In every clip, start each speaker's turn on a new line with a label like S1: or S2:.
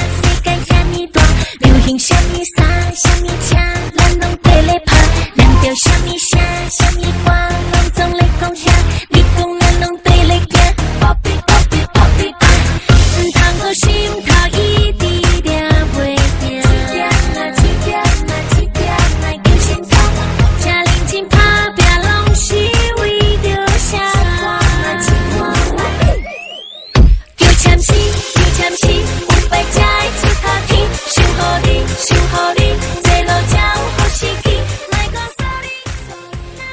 S1: 世界遐尼大，流行什么衫，什么车，咱拢跟咧拍。咱着什么声，什么歌，拢总咧讲遐，你讲咱拢跟咧行。宝贝，宝贝，宝贝，宝贝，唔通互心头一直抓袂定。一点啊，一点啊，一点啊，求心痛，这认真打拼，拢是为着啥？叫签诗，叫签诗，有白才会出头天。想乎你，想乎你，坐落才有好时机。莫讲 sorry，sorry。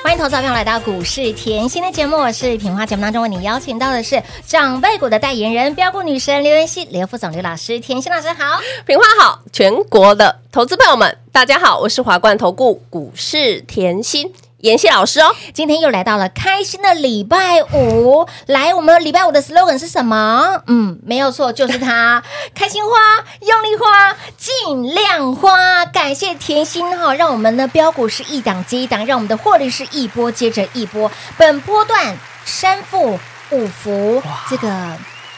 S2: 欢迎投资者朋友来到股市甜心的节目，我是品花。节目当中为你邀请到的是长辈股的代言人标股女神刘元熙、刘副总、刘老师、甜心老师好。
S3: 品花好，全国的投资朋友们，大家好，我是华冠投顾股市甜心妍希老师哦。
S2: 今天又来到了开心的礼拜五，来，我们礼拜五的 slogan 是什么？嗯，没有错，就是它，开心花、用力花、尽量花。感谢甜心哈、让我们的标股是一档接一档，让我们的获利是一波接着一波。本波段三富五福这个。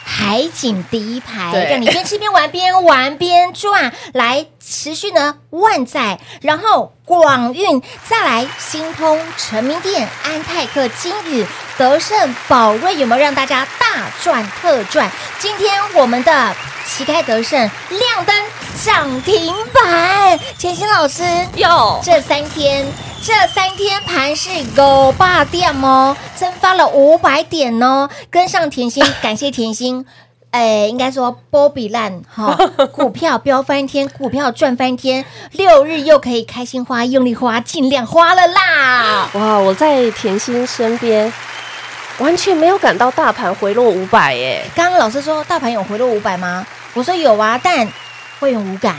S2: 海景第一排，
S3: 对
S2: 让你边吃边玩，边玩边赚，来持续呢万载，然后广运，再来新通、成名店、安泰克、金宇、德胜、宝瑞，有没有让大家大赚特赚？今天我们的旗开得胜，亮灯涨停板，钱鑫老师
S3: 哟，
S2: 这三天，这三天盘是狗霸店哦，蒸发了五百点哦，跟上甜心，感谢甜心。哎，应该说波比烂哈，股票飙翻天，股票赚翻天，六日又可以开心花、用力花、尽量花了啦！
S3: 哇，我在甜心身边，完全没有感到大盘回落五百耶。
S2: 刚刚老师说大盘有回落五百吗？我说有啊，但会员无感，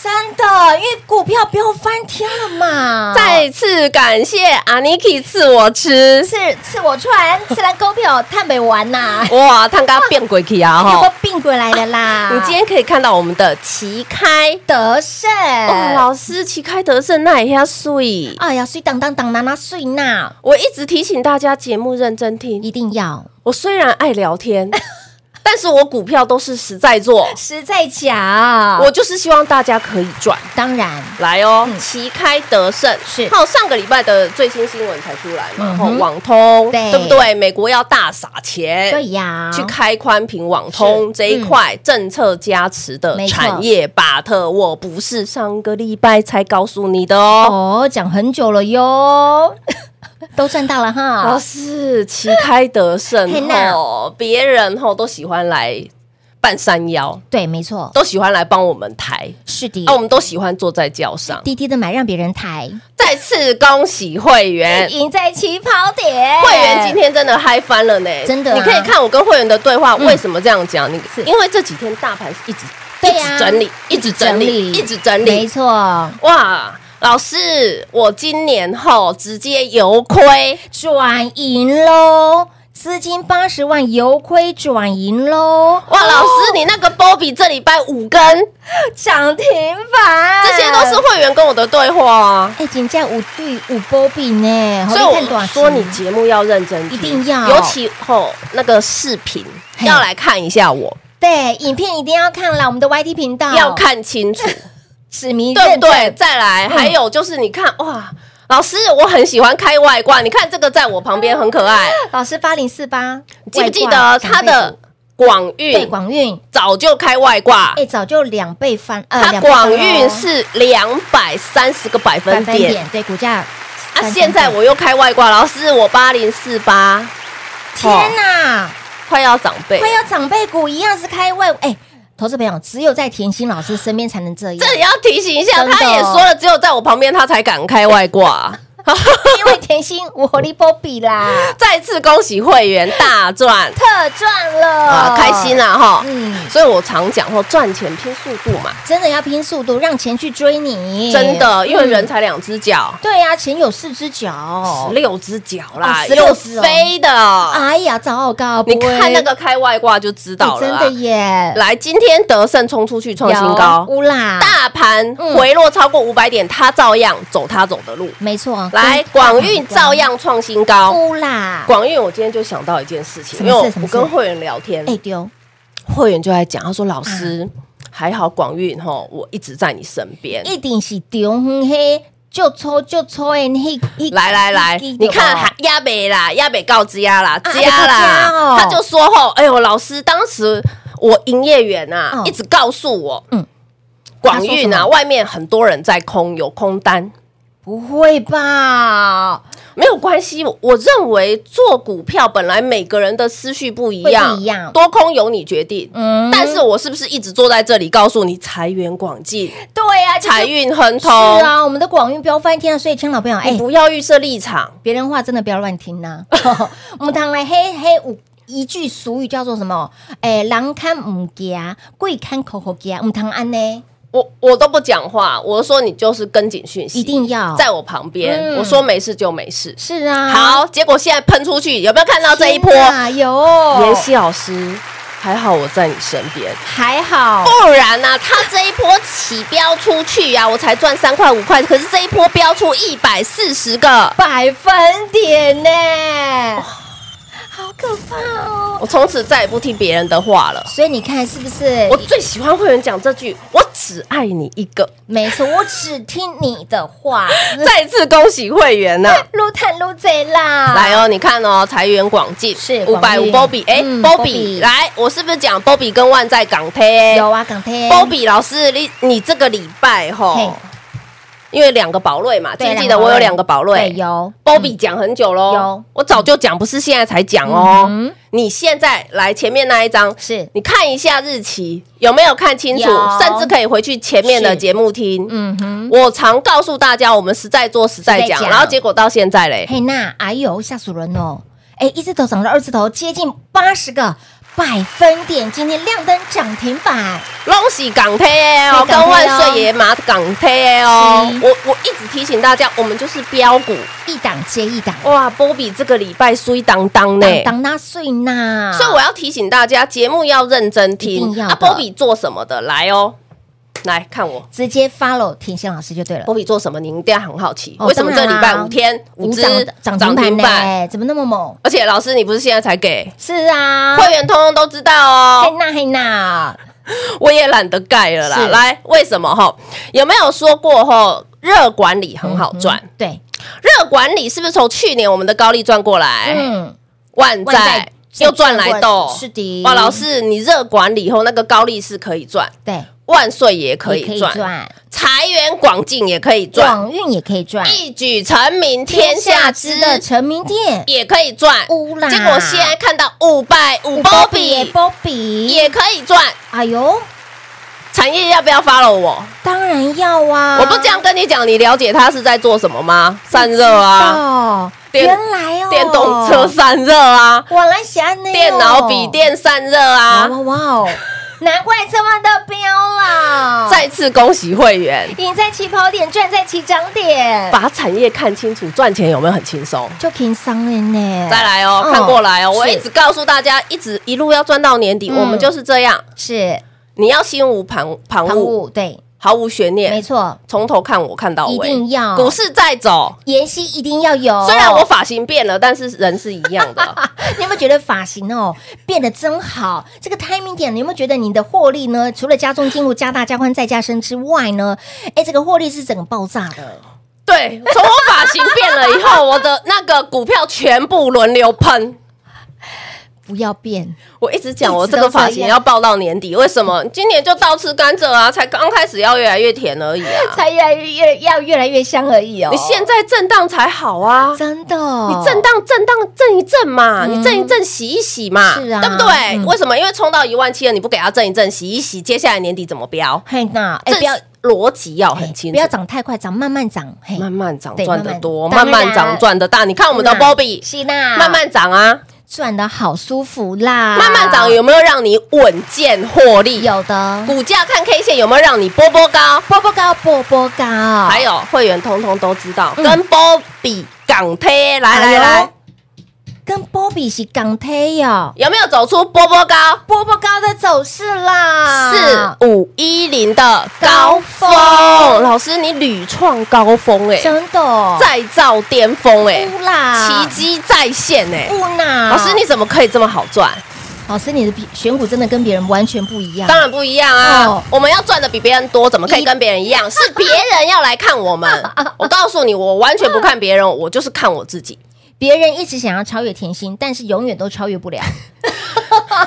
S2: 真的，因为股票飙翻天了嘛，
S3: 再次感谢阿尼 k 赐我吃，
S2: 是是我穿，是咱股票探美完呐、
S3: 哇，探咖变鬼去啊
S2: 有没 有
S3: 哈！
S2: 并过来了啦？
S3: 你今天可以看到我们的旗开。
S2: 得胜，
S3: 哦，老师，旗开得胜那也要睡。
S2: 哎呀，睡当当当当当睡呐，
S3: 我一直提醒大家节目认真听，
S2: 一定要
S3: 我虽然爱聊 天，但是我股票都是实在做，
S2: 实在假。
S3: 我就是希望大家可以赚。
S2: 当然
S3: 来哦
S2: 嗯，
S3: 旗开得胜
S2: 是
S3: 还有上个礼拜的最新新闻才出来嘛，
S2: 嗯
S3: 吼
S2: 哼
S3: 网通
S2: 对
S3: 不对？美国要大撒钱，
S2: 对呀，
S3: 去开宽频网通
S2: 是嗯
S3: 这一块政策加持的
S2: 没错
S3: 产业，巴特我不是上个礼拜才告诉你的哦。
S2: 哦，讲很久了哟， 都赚到了
S3: 老
S2: 哈。
S3: 师啊旗开得
S2: 嘿
S3: 胜
S2: 呐
S3: 吼，别人吼都喜欢来半山腰，
S2: 对，没错，
S3: 都喜欢来帮我们抬，
S2: 是的
S3: 啊，。我们都喜欢坐在轿上。
S2: 滴滴的买让别人抬，
S3: 再次恭喜会员，
S2: 赢在起跑点。
S3: 哎会员今天真的嗨翻了呢，
S2: 哦真的啊
S3: 你可以看我跟会员的对话，
S2: 嗯
S3: 为什么这样讲？你
S2: 是
S3: 因为这几天大盘一直
S2: 对啊
S3: 一
S2: 呀
S3: 直整理，一直整理，一直整
S2: 没
S3: 理，
S2: 错，
S3: 哇！老师，我今年后直接油亏，
S2: 转盈喽，资金八十万由亏转盈喽，
S3: 哇！老师，你那个波比这礼拜五根，
S2: 啊涨停板，
S3: 这些都是会员跟我的对话啊。
S2: 哎，真正有对有波比呢，
S3: 所以
S2: 好你看
S3: 我
S2: 短视
S3: 说你节目要认真听，
S2: 啊一定要
S3: 尤其吼那个视频
S2: 嘿
S3: 要来看一下我，
S2: 对影片一定要看啦，我们的 YT 频道
S3: 要看清楚，
S2: 史迷
S3: 对
S2: 认
S3: 不
S2: 证
S3: 对？？再来，
S2: 嗯
S3: 还有就是你看哇。老师，我很喜欢开外挂，你看这个在我旁边很可爱，
S2: 老师八零四八，
S3: 记不记
S2: 外挂
S3: 得他
S2: 长辈
S3: 的
S2: 股
S3: 广
S2: 对
S3: 运
S2: 广运？
S3: 早就开外挂，
S2: 哎，早就两倍翻，呃，
S3: 它
S2: 两倍翻
S3: 广
S2: 了哦
S3: 运是两百三十个百
S2: 百
S3: 分
S2: 分
S3: 点
S2: 点，对股价
S3: 啊！
S2: 翻
S3: 现在
S2: 三倍
S3: 我又开外挂，老师，我八零四八，
S2: 天
S3: 哦
S2: 哪，
S3: 快要长辈，
S2: 快要长辈股一样是开外哎。投资朋友，只有在甜心老师身边才能这样。
S3: 这里要提醒一下，
S2: 真的哦
S3: 他也说了，只有在我旁边他才敢开外挂。
S2: 因为甜心我活力波比啦，，
S3: 再次恭喜会员大赚
S2: 特赚了，
S3: 啊，开心！啦哈！
S2: 嗯，
S3: 所以我常讲说，赚钱拼速度嘛，
S2: 真的要拼速度，让钱去追你，
S3: 真。的，因为
S2: 嗯
S3: 人才两只脚，
S2: 对呀、钱有四只脚
S3: 十，六只脚啦，
S2: 哦16
S3: 有
S2: 只哦
S3: 飞的，
S2: 哎呀，糟糕！
S3: 啊你看那个开外挂就知道
S2: 倒
S3: 了啊
S2: 欸真
S3: 啦。
S2: 的耶，
S3: 来，今天德胜冲出去创新高
S2: 有，乌啦，
S3: 大盘
S2: 嗯
S3: 回落超过五百点，它照样走它走的路。
S2: 没错，
S3: 来，
S2: 跟
S3: 广运照样创新高。
S2: 乌啦，
S3: 广运，我今天就想到一件事情，
S2: 嗯什
S3: 因
S2: 么
S3: 为
S2: 事
S3: 我
S2: 什么
S3: 我
S2: 事
S3: 跟会员聊天，
S2: 哎丢，
S3: 会员就在讲，他说老师还好广运吼，我一直在你身边。
S2: 一定是丢黑，就抽就抽哎诶，嘿，嘿
S3: 来来来，
S2: 嘿
S3: 你看
S2: 嘿
S3: 还压北啦，压北告知压啦，
S2: 啊
S3: 知压
S2: 还
S3: 啦
S2: 告知啊哦，
S3: 他就说吼，哎呦，老师，当时我营业员
S2: 哦
S3: 啊，一直告诉我，
S2: 嗯
S3: 嗯，广运
S2: 他说什
S3: 啊，
S2: 么
S3: 外面很多人在空，有空单，
S2: 不会吧？
S3: 没有关系，我我认为做股票本来每个人的思绪不一
S2: 会
S3: 样，
S2: 不一样
S3: 多空由你决定。
S2: 嗯
S3: 但是我是不是一直坐在这里告诉你财源广进、
S2: 对呀，就是
S3: 财运亨
S2: 是
S3: 通？
S2: 啊，我们的广运飙翻天啊！所以，亲老朋友，哎
S3: 你，不要预设立场，
S2: 别人话真的不要乱听呐。 我们当来嘿嘿五。一句俗语叫做什么？哎，狼看唔夹，鬼看口口夹，唔通安呢？
S3: 我我都不讲话，我说你就是跟紧讯息，
S2: 一定要
S3: 在我旁边，
S2: 嗯
S3: 我说没事就没事。
S2: 是啊，
S3: 好，结果现在喷出去，有没有看到这一波？哦
S2: 天哪有
S3: 妍希老师，还好我在你身边，
S2: 还好，
S3: 不然呢、啊，他这一波起标出去呀、啊，我才赚三块五块，可是这一波标出一百四十个，
S2: 百分点呢、好可怕哦！
S3: 我从此再也不听别人的话了。
S2: 所以你看是不是？
S3: 我最喜欢会员讲这句：“我只爱你一个。
S2: 没错，我只听你的 话，”
S3: 再次恭喜会员呐、
S2: 撸探撸贼啦！
S3: 来，哦，你看哦，财源广进
S2: 是
S3: 五百
S2: 广
S3: 五
S2: 进
S3: Bobby，哎
S2: 嗯
S3: ，Bobby，
S2: Bobby
S3: 来，我是不是讲 Bobby 跟万在港推？
S2: 有啊，港天
S3: Bobby 老师，你你这个礼拜
S2: 嘿
S3: 吼，因为两个宝瑞哦嘛，记
S2: 对
S3: 不记
S2: 两
S3: 得
S2: 个
S3: 我
S2: 宝
S3: 有
S2: 瑞
S3: 两个宝
S2: 对
S3: 瑞？
S2: 有嗯
S3: Bobby 讲很久喽，
S2: 有
S3: 我早就讲，不是现在才讲哦
S2: 嗯哼。
S3: 你现在来前面那一张，
S2: 是
S3: 你看一下日期有没有看清楚
S2: 有，
S3: 甚至可以回去前面的节目听。
S2: 嗯哼，
S3: 我常告诉大家，我们实在做实在
S2: 实在
S3: 讲，
S2: 讲
S3: 然后结果到现在嘞，
S2: 嘿娜，哎呦吓死人哦！哎，一字头涨到二字头，接近八十个百分点，今天亮灯涨停板，
S3: 恭喜港铁哦，
S2: 对港
S3: 跟
S2: 铁哦
S3: 万岁爷马港铁哦
S2: 是，
S3: 我我一直提醒大家，我们就是标股
S2: 一档接一档，
S3: 哇波比这个礼拜衰当当呢。
S2: 档档纳碎呐！
S3: 所以我要提醒大家，节目要认真
S2: 啊一定
S3: 听。
S2: 要
S3: 啊，
S2: 的
S3: 波比做什么的？来哦，来看我。
S2: 直接 follow 田心老师就对了。
S3: 波比做什么？你一定要很好奇，
S2: 哦
S3: 为什么这
S2: 当然
S3: 礼
S2: 啊
S3: 拜五天
S2: 五
S3: 五只
S2: 涨涨停板呢、
S3: 板
S2: 怎么那么猛？
S3: 而且老师，你不是现在才给
S2: 是啊，
S3: 会员，通通都知道
S2: 嘿
S3: 哦。
S2: 娜嘿娜，
S3: 我也懒得盖了
S2: 是
S3: 啦。来，为什么哈？有没有说过哈？热管理很好赚，
S2: 对，
S3: 热管理是不是从去年我们的高利赚过来？
S2: 嗯，
S3: 万
S2: 万载
S3: 载又赚来豆，
S2: 是的
S3: 哇，老师，你热管理以后那个高利是可以赚，
S2: 对，
S3: 万岁也可
S2: 也
S3: 以赚，，财源广进也可以赚，
S2: 广运也可以赚，
S3: 一举成名天下知
S2: 的成名店，
S3: 也可以赚。
S2: 乌啦，
S3: 结果现在看到五百五波比
S2: 波比，
S3: 也可以赚，
S2: 哎呦，
S3: 产业要不要 follow 我？
S2: 当然要啊，
S3: 我不这样跟你讲，你了解它是在做什么吗？散热啊，
S2: 哦，
S3: 电
S2: 原来哦，
S3: 电动车，散热啊，
S2: 我来写那哦
S3: 电脑笔，电散热
S2: 哇
S3: 啊
S2: 哇。哇哦， 难怪这么的飙啦，
S3: 再次恭喜会员，
S2: 赢在起跑点，赚在起涨点，
S3: 把产业看清楚，赚钱有没有很轻松？
S2: 就平商了呢。
S3: 再来哦
S2: 嗯，
S3: 看过来哦，我
S2: 是
S3: 一直告诉大家，一直一路要赚到年底，
S2: 嗯
S3: 我们就是这样。
S2: 是
S3: 你要心无旁旁
S2: 航
S3: 骛，
S2: 务，对，
S3: 毫无悬
S2: 没
S3: 念，
S2: 错，
S3: 从头看我看到
S2: 一
S3: 尾。
S2: 定要
S3: 股市在走，
S2: 妍希一定要有。
S3: 虽然我发型变了，但是人是一样 的。
S2: 你有没有觉得发型哦变得真好？这个 timing 点，你有没有觉得你的获利呢？除了加重进入、加大、加宽、再加深之外呢？哎，这个获利是整个爆炸的，
S3: 对，从我发型变了以后，我的那个股票全部轮流喷。
S2: 不要变，
S3: 我一直讲，
S2: 一直
S3: 我这个发
S2: 都这
S3: 型
S2: 样
S3: 要报到年底，为什么？今年就倒吃甘蔗啊，才刚开始要越来越甜而已啊。
S2: 才越来越越要越来越香而已哦。
S3: 你现在震荡才好啊，
S2: 真的哦，
S3: 你震荡震荡震一震嘛，
S2: 嗯
S3: 你震一震洗一洗嘛，
S2: 是啊
S3: 对不对
S2: 嗯？
S3: 为什么？因为冲到一万七了，你不给它震一震洗一洗，接下来年底怎么标？
S2: 嘿那哎
S3: 这
S2: 不要哎
S3: 逻辑要哦很清楚，
S2: 不要涨太快，涨慢慢涨，嘿，
S3: 慢慢涨
S2: 对
S3: 赚得多，
S2: 慢慢
S3: 慢
S2: 涨
S3: 慢涨赚得大。你看我们的
S2: 是啦
S3: Bobby，
S2: 是啦，
S3: 慢慢涨啊，
S2: 赚的好舒服啦，
S3: 慢慢涨有没有让你稳健获利？
S2: 有的，
S3: 股价看 K 线有没有让你波波高？
S2: 波波高，波波高，
S3: 还有会员通通都知道，
S2: 嗯
S3: 跟波比港贴来
S2: 哎
S3: 来
S2: 呦
S3: 来，
S2: 跟波比是港铁哟，
S3: 有没有走出波波高？
S2: 波波高的走势啦，
S3: 四五一零的高峰，老师你屡创高峰哎、
S2: 真的哦，
S3: 再造巅峰哎、
S2: 乌啦，
S3: 奇迹再现哎、
S2: 乌啦，
S3: 老师你怎么可以这么好赚？
S2: 老师你的比选股真的跟别人完全不一样，
S3: 当然不一样啊！
S2: 哦
S3: 我们要赚的比别人多，怎么可以跟别人一样？是别人要来看我们。我告诉你，我完全不看别人，我就是看我自己。
S2: 别人一直想要超越甜心，但是永远都超越不了。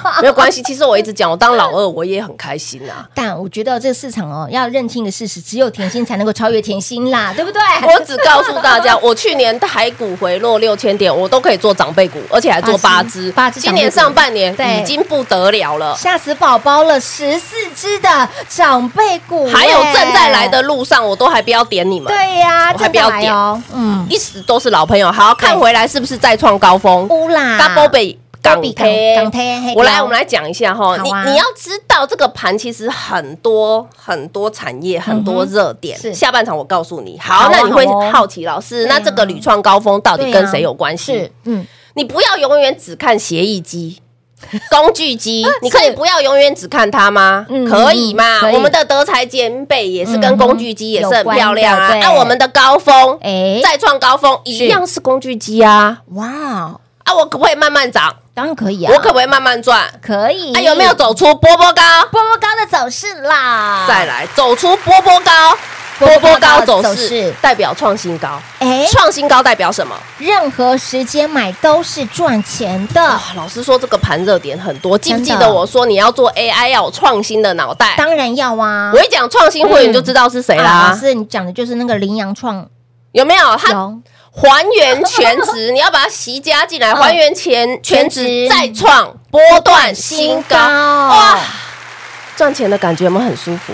S3: 没有关系，其实我一直讲，我当老二我也很开心啊。
S2: 但我觉得这个市场哦，要认清一个事实，只有甜心才能够超越甜心啦，对不 对？
S3: 我只告诉大家，我去年台股回落六千点，我都可以做长辈股，而且还做八只。
S2: 八只
S3: 今年上半年
S2: 对
S3: 已经不得了了，
S2: 吓死宝宝了，十四只的长辈股，
S3: 还有
S2: 哎
S3: 正在来的，路上，我都还标点你们，
S2: 对呀、
S3: 我还
S2: 正
S3: 不
S2: 在
S3: 要
S2: 来哦，嗯，
S3: 一直都是老朋友。好，看
S2: 对
S3: 回来是不是再创高峰
S2: 乌啦
S3: ？Double 北港
S2: 比
S3: 贴，
S2: 港贴嘿
S3: 我来，
S2: 对
S3: 我们来讲一下哈。
S2: 好
S3: 你
S2: 啊
S3: 你要知道，这个盘其实很多很多产业，很多热点
S2: 嗯是。
S3: 下半场我告诉你。
S2: 好
S3: 好
S2: 啊，
S3: 那你会
S2: 好哦
S3: 好奇，老师，
S2: 对啊
S3: 那这个屡创高峰到底
S2: 对
S3: 跟
S2: 啊
S3: 谁有关系？
S2: 是，嗯，
S3: 你不要永远只看协议机、 工具机，你可以不要永远只看它吗？
S2: 啊嗯
S3: 可以嘛
S2: 可以？
S3: 我们的德才兼备也
S2: 嗯
S3: 是
S2: 哼
S3: 跟工具机也是很漂亮
S2: 有
S3: 啊
S2: 关的。对
S3: 那我们的高峰
S2: 哎
S3: 再创高峰一样是工具机啊。
S2: 哇哦，
S3: 啊，我可不可以慢慢涨？
S2: 当然可以啊，
S3: 我可不可以慢慢赚？
S2: 可以，
S3: 啊，有没有走出波波高？
S2: 波波高的走势啦？
S3: 再来，走出波波高，
S2: 波
S3: 波
S2: 波
S3: 波
S2: 高
S3: 高走
S2: 走势
S3: 势代表创新高，
S2: 哎，
S3: 创新高代表什么？
S2: 任何时间买都是赚钱的
S3: 啊，，老师说这个盘热点很多，记不记
S2: 真的
S3: 得我说你要做 AI 要有创新的脑袋？
S2: 当然要啊。
S3: 我一讲创新会员就知道是谁
S2: 啊
S3: 啦
S2: 老，师，你讲的就是那个羚羊创
S3: 有没有？他
S2: 有
S3: 还原全 值，你要把它席加进来，
S2: 嗯
S3: 还原前
S2: 全
S3: 全
S2: 值
S3: 值再创波段新高，哇
S2: 哇，，
S3: 赚钱的感觉有没有很舒服？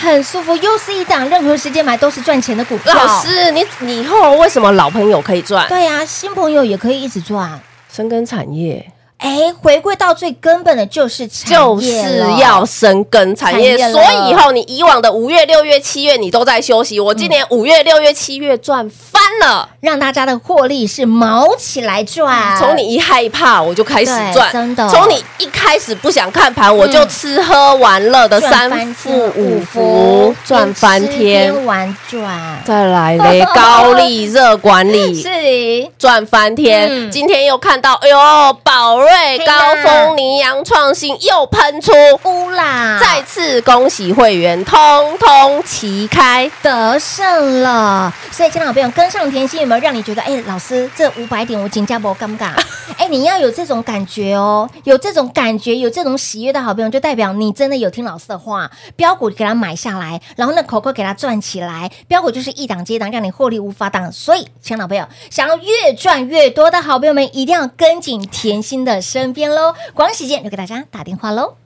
S2: 很舒服，又是一档任何时间买都是赚钱的股票。
S3: 老，师，你你以后为什么老朋友可以赚？
S2: 对呀、新朋友也可以一直赚。
S3: 深耕产业
S2: 哎，回归到最根本的就是产业
S3: 就
S2: 了
S3: 是要深耕产业，
S2: 产业
S3: 所
S2: 了
S3: 以以后你以往的五月、六月、七月你都在休息，我今年五月、六月、七月赚翻了。
S2: 让大家的获利是毛起来赚，
S3: 嗯从你一害怕，我就开始
S2: 啊对
S3: 赚，
S2: 真的嗯
S3: 从你一开始不想看盘，我就吃喝玩乐的三富五福赚翻
S2: 边吃
S3: 天。
S2: 边玩赚，
S3: 再来 嘞，高利热管理
S2: 是
S3: 赚翻天。
S2: 嗯
S3: 今天又看到，哎呦，宝瑞、
S2: 嘿呀
S3: 高峰、羚羊、创新又喷出，
S2: 乌啦，
S3: 再次恭喜会员，通通齐开。
S2: 得胜了。所以，亲爱的朋友，跟上甜心有没有让你觉得，哎，老师这五百点我请假不尴尬？哎，你要有这种感觉哦，有这种感觉，有这种喜悦的好朋友，就代表你真的有听老师的话，标股给它买下来，然后呢，口口给它赚起来，标股就是一档接一档，让你获利无法挡。所以，亲爱的朋友，想要越赚越多的好朋友们，一定要跟紧甜心的身边喽。广喜见，就给大家打电话喽。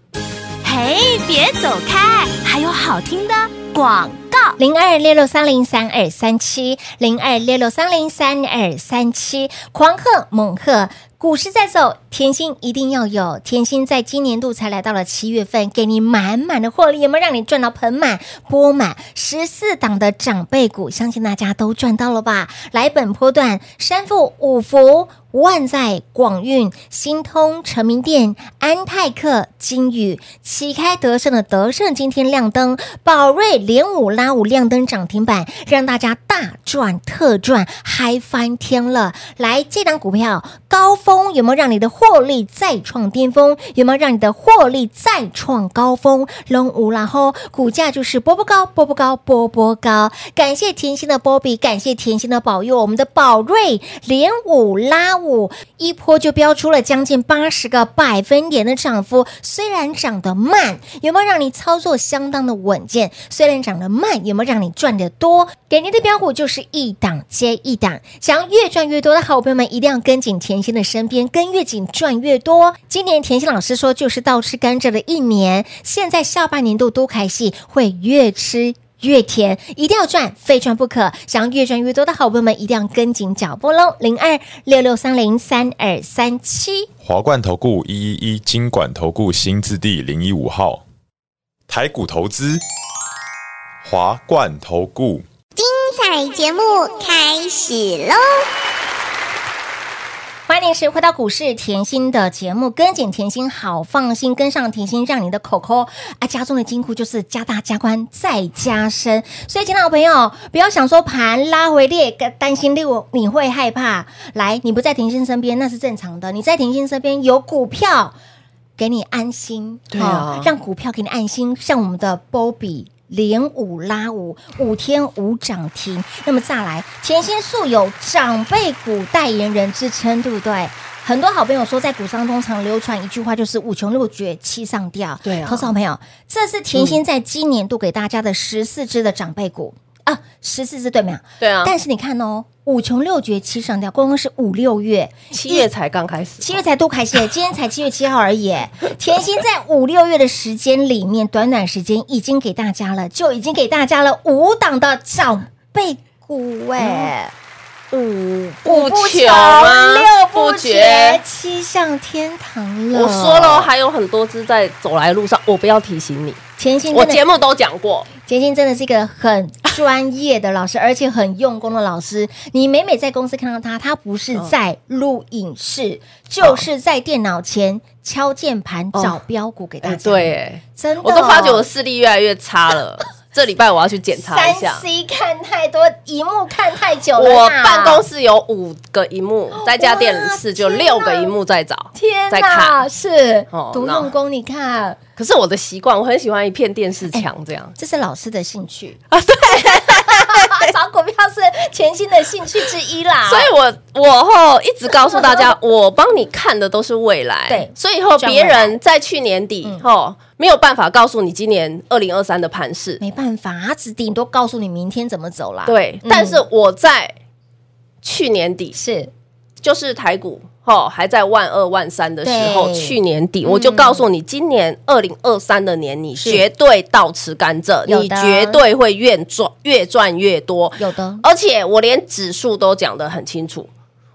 S4: 嘿，别走开，还有好听的广告。
S2: 零二六六三零三二三七，零二六六三零三二三七，狂贺猛贺。股市在走，甜心一定要有。甜心在今年度才来到了七月份，给你满满的获利，有没有让你赚到盆满钵满？十四档的长辈股，相信大家都赚到了吧？来本波段，山富、五福、万载、广运、新通、成名店、安泰克、金宇、旗开得胜的德胜，今天亮灯，宝瑞连五拉五亮灯涨停板，让大家大赚特赚，嗨翻天了！来，这档股票高峰有没有让你的获利再创巅峰？有没有让你的获利再创高峰？龙五然后股价就是波波高，波波高，波波高。感谢甜心的波比，感谢甜心的保佑，我们的宝瑞连五拉五，一波就飙出了将近八十个百分点的涨幅。虽然涨得慢，有没有让你操作相当的稳健？虽然涨得慢，有没有让你赚得多？给您的标股就是一档接一档，想要越赚越多的好朋友们，一定要跟紧甜心的身边，跟越紧赚越多。今年甜心老师说，就是倒吃甘蔗的一年，现在下半年度都开戏，会越吃。越甜，一定要赚，非赚不可。想要越赚越多的好朋友们，一定要跟紧脚步喽！零二六六三零三二三七。
S5: 华冠投顾一一一金管投顾新字第零一五号，台股投资，华冠投顾。
S6: 彩节目开始喽！
S2: 欢迎是回到股市甜心的节目，跟紧甜心好放心，跟上甜心，让你的口口啊家中的金库就是加大加宽再加深。所以，亲爱的朋友，不要想说盘拉回列，担心六你会害怕。来，你不在甜心身边那是正常的，你在甜心身边有股票给你安心，
S3: 对啊
S2: 哦让股票给你安心，像我们的波比。连五拉五，五天五涨停。那么再来，甜心素有长辈股代言人之称，对不对？很多好朋友说，在股商中常流传一句话，就是“五穷六绝七上吊”。
S3: 对啊
S2: 投资好朋友，这是甜心在今年度给大家的十四只的长辈股、啊，十四只对没有？
S3: 对啊，
S2: 但是你看哦，五穷六绝七上吊，光光是五六月，
S3: 七月才刚开始，
S2: 七月才多开 心，今天才七月七号而已。甜心在五六月的时间里面，短短时间已经给大家了，就已经给大家了五档的长辈股哎、五
S3: 嗯不
S2: 五不
S3: 穷
S2: 穷，
S3: 啊
S2: 六不
S3: 不
S2: 绝
S3: 绝，
S2: 七上天堂了。
S3: 我说了，，还有很多只在走来路上，我不要提醒你，
S2: 甜心
S3: 我
S2: 真的
S3: 节目都讲过，
S2: 甜心真的是一个很专业的老师，而且很用功的老师。你每每在公司看到他，他不是
S3: 嗯
S2: 在录影室，就是在电脑前敲键盘
S3: 哦
S2: 找标股给大
S3: 哎，
S2: 家。
S3: 对，哎
S2: 真的哦、
S3: 我都发觉我视力越来越差 了，这礼拜我要去检查
S2: 三
S3: 一下。
S2: C 看太多，荧幕看太久了啦。
S3: 我办公室有五个荧幕，再加电视就六个荧幕在找。
S2: 啊天
S3: 在
S2: 哪，
S3: 看
S2: 是
S3: 哦
S2: 独用功，你看。
S3: 可是我的习惯，我很喜欢一片电视墙这样。
S2: 这是老师的兴趣啊，对， 找股票是全新的兴趣之一啦。
S3: 所以我我后一直告诉大家，我帮你看的都是未来。
S2: 对
S3: 所以以后
S2: 赚
S3: 别
S2: 未来嗯
S3: 人在去年底吼没有办法告诉你今年二零二三的盘势，
S2: 没办法，他只顶多告诉你明天怎么走啦。
S3: 对
S2: 嗯，
S3: 但是我在去年底
S2: 是
S3: 就是台股。哦，还在万二万三的时候，
S2: 对嗯
S3: 去年底我就告诉你，今年二零二三的年，你绝对倒吃甘蔗，
S2: 有的
S3: 你绝对会越赚越赚越多。
S2: 有的，
S3: 而且我连指数都讲得很清楚。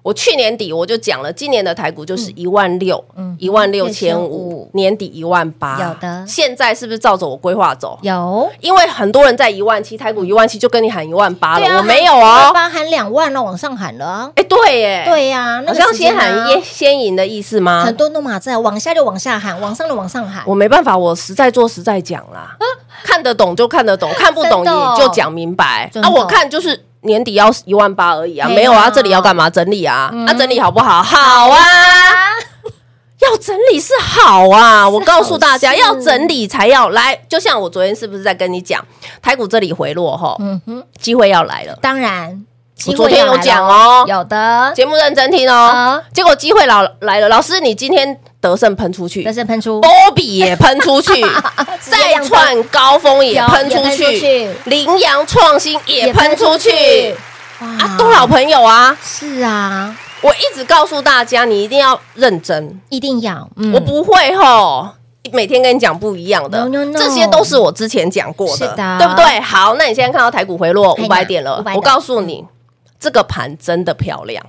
S3: 我去年底我就讲了，今年的台股就是一万六、
S2: 嗯
S3: 一万六千
S2: 16,500
S3: 五，年底一万八。
S2: 有的
S3: 现在是不是照着我规划走？
S2: 有。
S3: 因为很多人在一万七，台股一万七就跟你喊一万八了，
S2: 对啊
S3: 我没有
S2: 我
S3: 哦。
S2: 帮喊两万了，往上喊了啊。
S3: 哎，对耶，，
S2: 对呀，那
S3: 好
S2: 个
S3: 像
S2: 时间啊
S3: 先喊先先赢的意思吗
S2: 很？多弄马在往下就往下喊，往上就往上喊。
S3: 我没办法，我实在做实在讲啦，看得懂就看得懂，看不懂
S2: 啊真的哦
S3: 也就讲明白。
S2: 真的哦
S3: 啊，我看就是年底要一万八而已啊，
S2: 对啊嗯
S3: 没有啊，这里要干嘛？整理啊，啊，整理好不好？好啊，要整理是好啊，我告诉大家，要整理才要来。就像我昨天是不是在跟你讲，台股这里回落吼，
S2: 嗯哼，
S3: 机会要来了。
S2: 当然，
S3: 我
S2: 机
S3: 昨
S2: 会
S3: 天
S2: 要来
S3: 有
S2: 了
S3: 讲哦，
S2: 有的，
S3: 节目认真听
S2: 啊
S3: 哦。结果机会老来了，老师你今天得胜喷出去
S2: 但，是喷出
S3: 波比也喷 出去，
S2: 直接
S3: 再
S2: 亮灯
S3: 创高峰也喷出
S2: 有也
S3: 去
S2: 喷出，
S3: 羚羊创新也喷出 去，啊，
S2: 啊
S3: 都老朋友啊！
S2: 是啊，
S3: 我一直告诉大家，你一定要认真，
S2: 一定要，嗯
S3: 我不会吼。每天跟你讲不一样的
S2: No, no, no
S3: 这些都是我之前讲过的，
S2: 是的哎
S3: 对不对？好，那你现在看到台股回落
S2: 嘿
S3: 五
S2: 呐
S3: 百点了
S2: 500，
S3: 我告诉你，这个盘真的漂亮，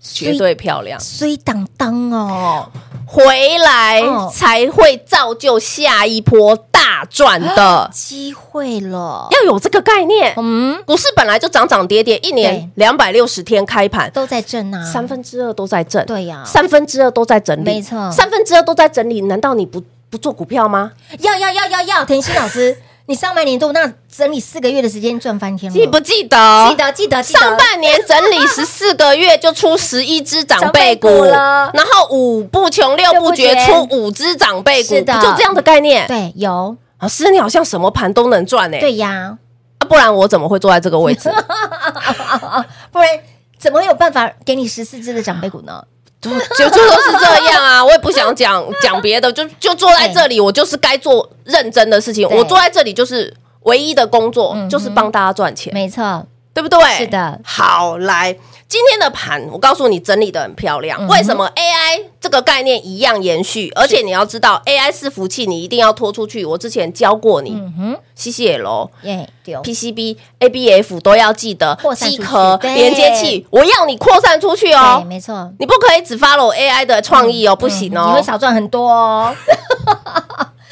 S3: 绝对漂亮，
S2: 虽当当哦，
S3: 回来
S2: 哦
S3: 才会造就下一波大赚 的。
S2: 机会了，
S3: 要有这个概念。
S2: 嗯，
S3: 股市本来就涨涨跌跌，一年两百六十天开盘，
S2: 都在震啊，
S3: 三分之二都在震，
S2: 对呀
S3: 三分之二都在整理，
S2: 没错
S3: 三分之二都在整理，难道你不不做股票吗？
S2: 要要要要要，甜心老师， 你上半年度那整理四个月的时间赚翻天了，
S3: 记不记得？
S2: 嗯记得记得记得
S3: 上半年整理十四个月就出十一只长辈股，
S2: 长辈股了
S3: 然后五不穷六不绝
S2: 六
S3: 出
S2: 不
S3: 五只长辈股，
S2: 是的
S3: 不就这样的概念？
S2: 对有
S3: 老师，你好像什么盘都能赚呢、欸
S2: 对呀，
S3: 啊不然我怎么会坐在这个 位置？
S2: 不然怎么会有办法给你十四只的长辈股呢？
S3: 就就都是这样啊！我也不想讲讲别的，就就坐在这里，我就是该做认真的事情。
S2: 对嗯
S3: 我坐在这里就是唯一的工作，
S2: 哼
S3: 就是帮大家赚钱，
S2: 没错，
S3: 对不对？
S2: 是的嗯
S3: 好，来，今天的盘，我告诉你，整理的很漂亮。为什么 AI 这个概念一样延续，而且你要知道 AI 伺服器你一定要拖出去，我之前教过你
S2: 嗯哼，
S3: CCL、
S2: 耶，丢，
S3: PCB、ABF 都要记得
S2: 扩，散出去
S3: 机壳、
S2: 对
S3: 连接器，我要你扩散出去哦
S2: 对，，没错，
S3: 你不可以只 follow AI 的创意哦，不行
S2: 嗯你
S3: 哦
S2: 会。少赚很多哦。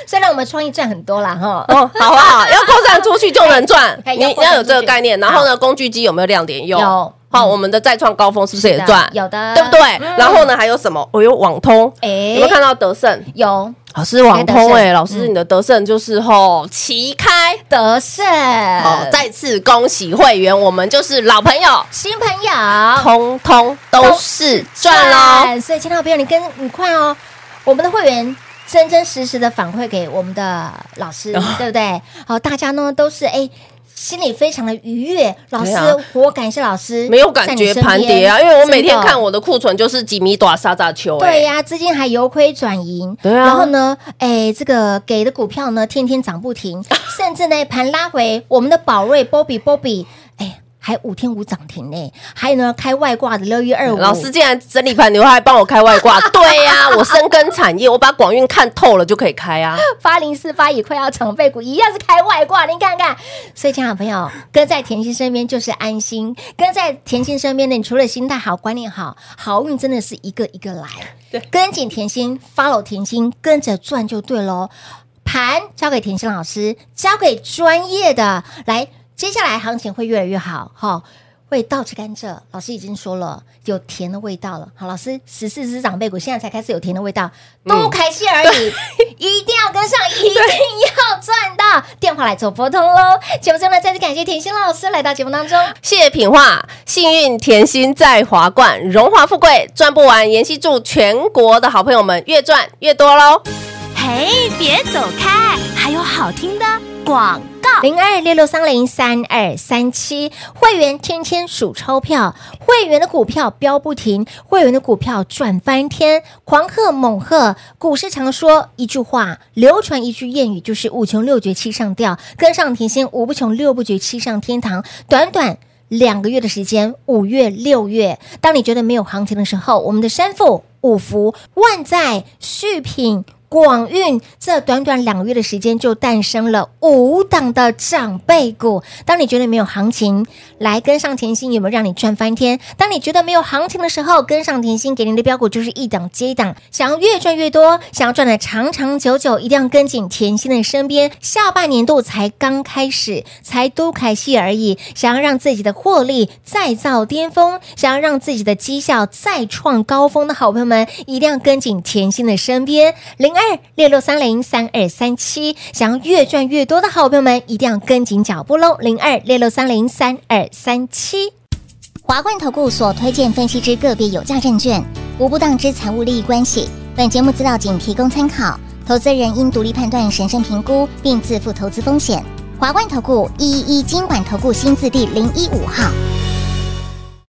S2: 虽然我们创意赚很多啦，哈，
S3: 哦，好 不好？要扩散出去就能赚，
S2: 哎哎
S3: 你
S2: 要扩散
S3: 要有这个概念。
S2: 出去
S3: 然后呢，工具机有没有亮点用？
S2: 有
S3: 好，
S2: 嗯
S3: 我们的再创高峰是不是也
S2: 是的
S3: 赚？
S2: 有的
S3: 对不对
S2: 嗯？
S3: 然后呢，还有什么？哦我有网通，
S2: 哎
S3: 有没有看到德胜？
S2: 有
S3: 老师网通
S2: 哎德胜
S3: 哎，老师你的德胜就是吼齐开。
S2: 得胜，嗯
S3: 好，再次恭喜会员，我们就是老朋友，
S2: 新朋友
S3: 通通都是赚喽。，
S2: 所以亲爱的朋友，你跟你快哦，我们的会员。真真实实的反馈给我们的老师，
S3: 哦
S2: 对不对？好，大家呢都是哎，心里非常的愉悦。老师
S3: 对啊，
S2: 我感谢老师，
S3: 没有感觉盘跌啊，因为我每天看
S2: 我。
S3: 我的库存就是几米短沙扎球，哎
S2: 对呀、资金还由亏转盈，
S3: 对啊
S2: 然后呢，哎，这个给的股票呢，天天涨不 停，甚至呢，盘拉回，我们的宝瑞、波比、波比，哎，还五天无涨停呢。还有呢，开外挂的六一二五，
S3: 老师竟然整理盘，你还帮我开外挂？对呀、我深耕产业，我把广运看透了就可以开啊。
S2: 八零四八也快要涨倍股，一样是开外挂，您看看。所以，家长朋友跟在甜心身边就是安心，跟在甜心身边的，你除了心态好、观念好，好运真的是一个一个来。对，跟紧甜心，follow 甜心，跟着赚就对喽。盘交给甜心老师，交给专业的来，接下来行情会越来越好，哈、会倒吃甘蔗，老师已经说了，有甜的味道了。好，老师十四只长辈股现在才开始有甜的味道，都开心而已，一定要跟上，一定要赚到。电话来做拨通喽。节目最后呢，再次感谢甜心老师来到节目当中，
S3: 谢谢品画，幸运甜心在华冠，荣华富贵赚不完。妍希祝全国的好朋友们越赚越多喽！
S6: 嘿，别走开，还有好听的广告。
S2: 零二六六三零三二三七会员天天数钞票，会员的股票飙不停，会员的股票赚翻天，狂贺猛贺。股市常说一句话，流传一句谚语，就是五穷六绝七上吊，跟上甜心五不穷六不绝七上天堂，短短。两个月的时间，五月、六月，当你觉得没有行情的时候，我们的山富、五福、万载、续品。广运这短短两个月的时间就诞生了五档的长辈股。当你觉得没有行情，来跟上甜心有没有让你赚翻天？当你觉得没有行情的时候，跟上甜心给您的标股就是一档接一档。想要越赚越多，想要赚的长长久久，一定要跟紧甜心的身边。下半年度才刚开始，才都开戏而已。想要让自己的获利再造巅峰，想要让自己的绩效再创高峰的好朋友们，一定要跟紧甜心的身边。零二六六三零三二三七，想要越赚越多的好朋友们，一定要跟紧脚步喽。零二六六三零三二三七。
S6: 华冠投顾所推荐分析之个别有价证券，无不当之财务利益关系。本节目资料仅提供参考，投资人应独立判断、审慎评估，并自负投资风险。华冠投顾一一一金管投顾新字第零一五号。